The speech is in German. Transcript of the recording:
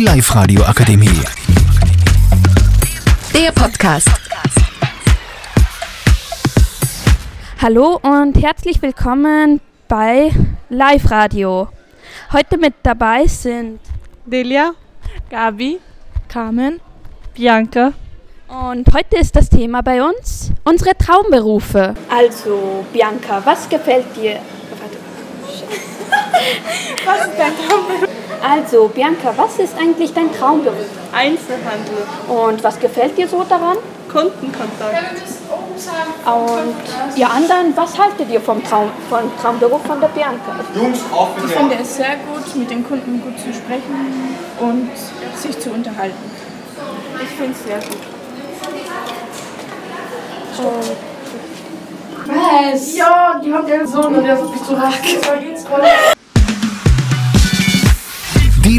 Live Radio Akademie. Der Podcast. Hallo und herzlich willkommen bei Live Radio. Heute mit dabei sind Delia, Gabi Carmen, Bianca. und heute ist das Thema bei uns unsere Traumberufe. Also, Bianca, was gefällt dir? Warte. Was ist dein Traumberuf? Also, Bianca, was ist eigentlich dein Traumberuf? Einzelhandel, Und was gefällt dir so daran? Kundenkontakt. Und ihr anderen, was haltet ihr vom, Traum, vom Traumberuf von der Bianca? Ich finde es sehr gut, mit den Kunden gut zu sprechen und sich zu unterhalten. Ich finde es sehr gut. Die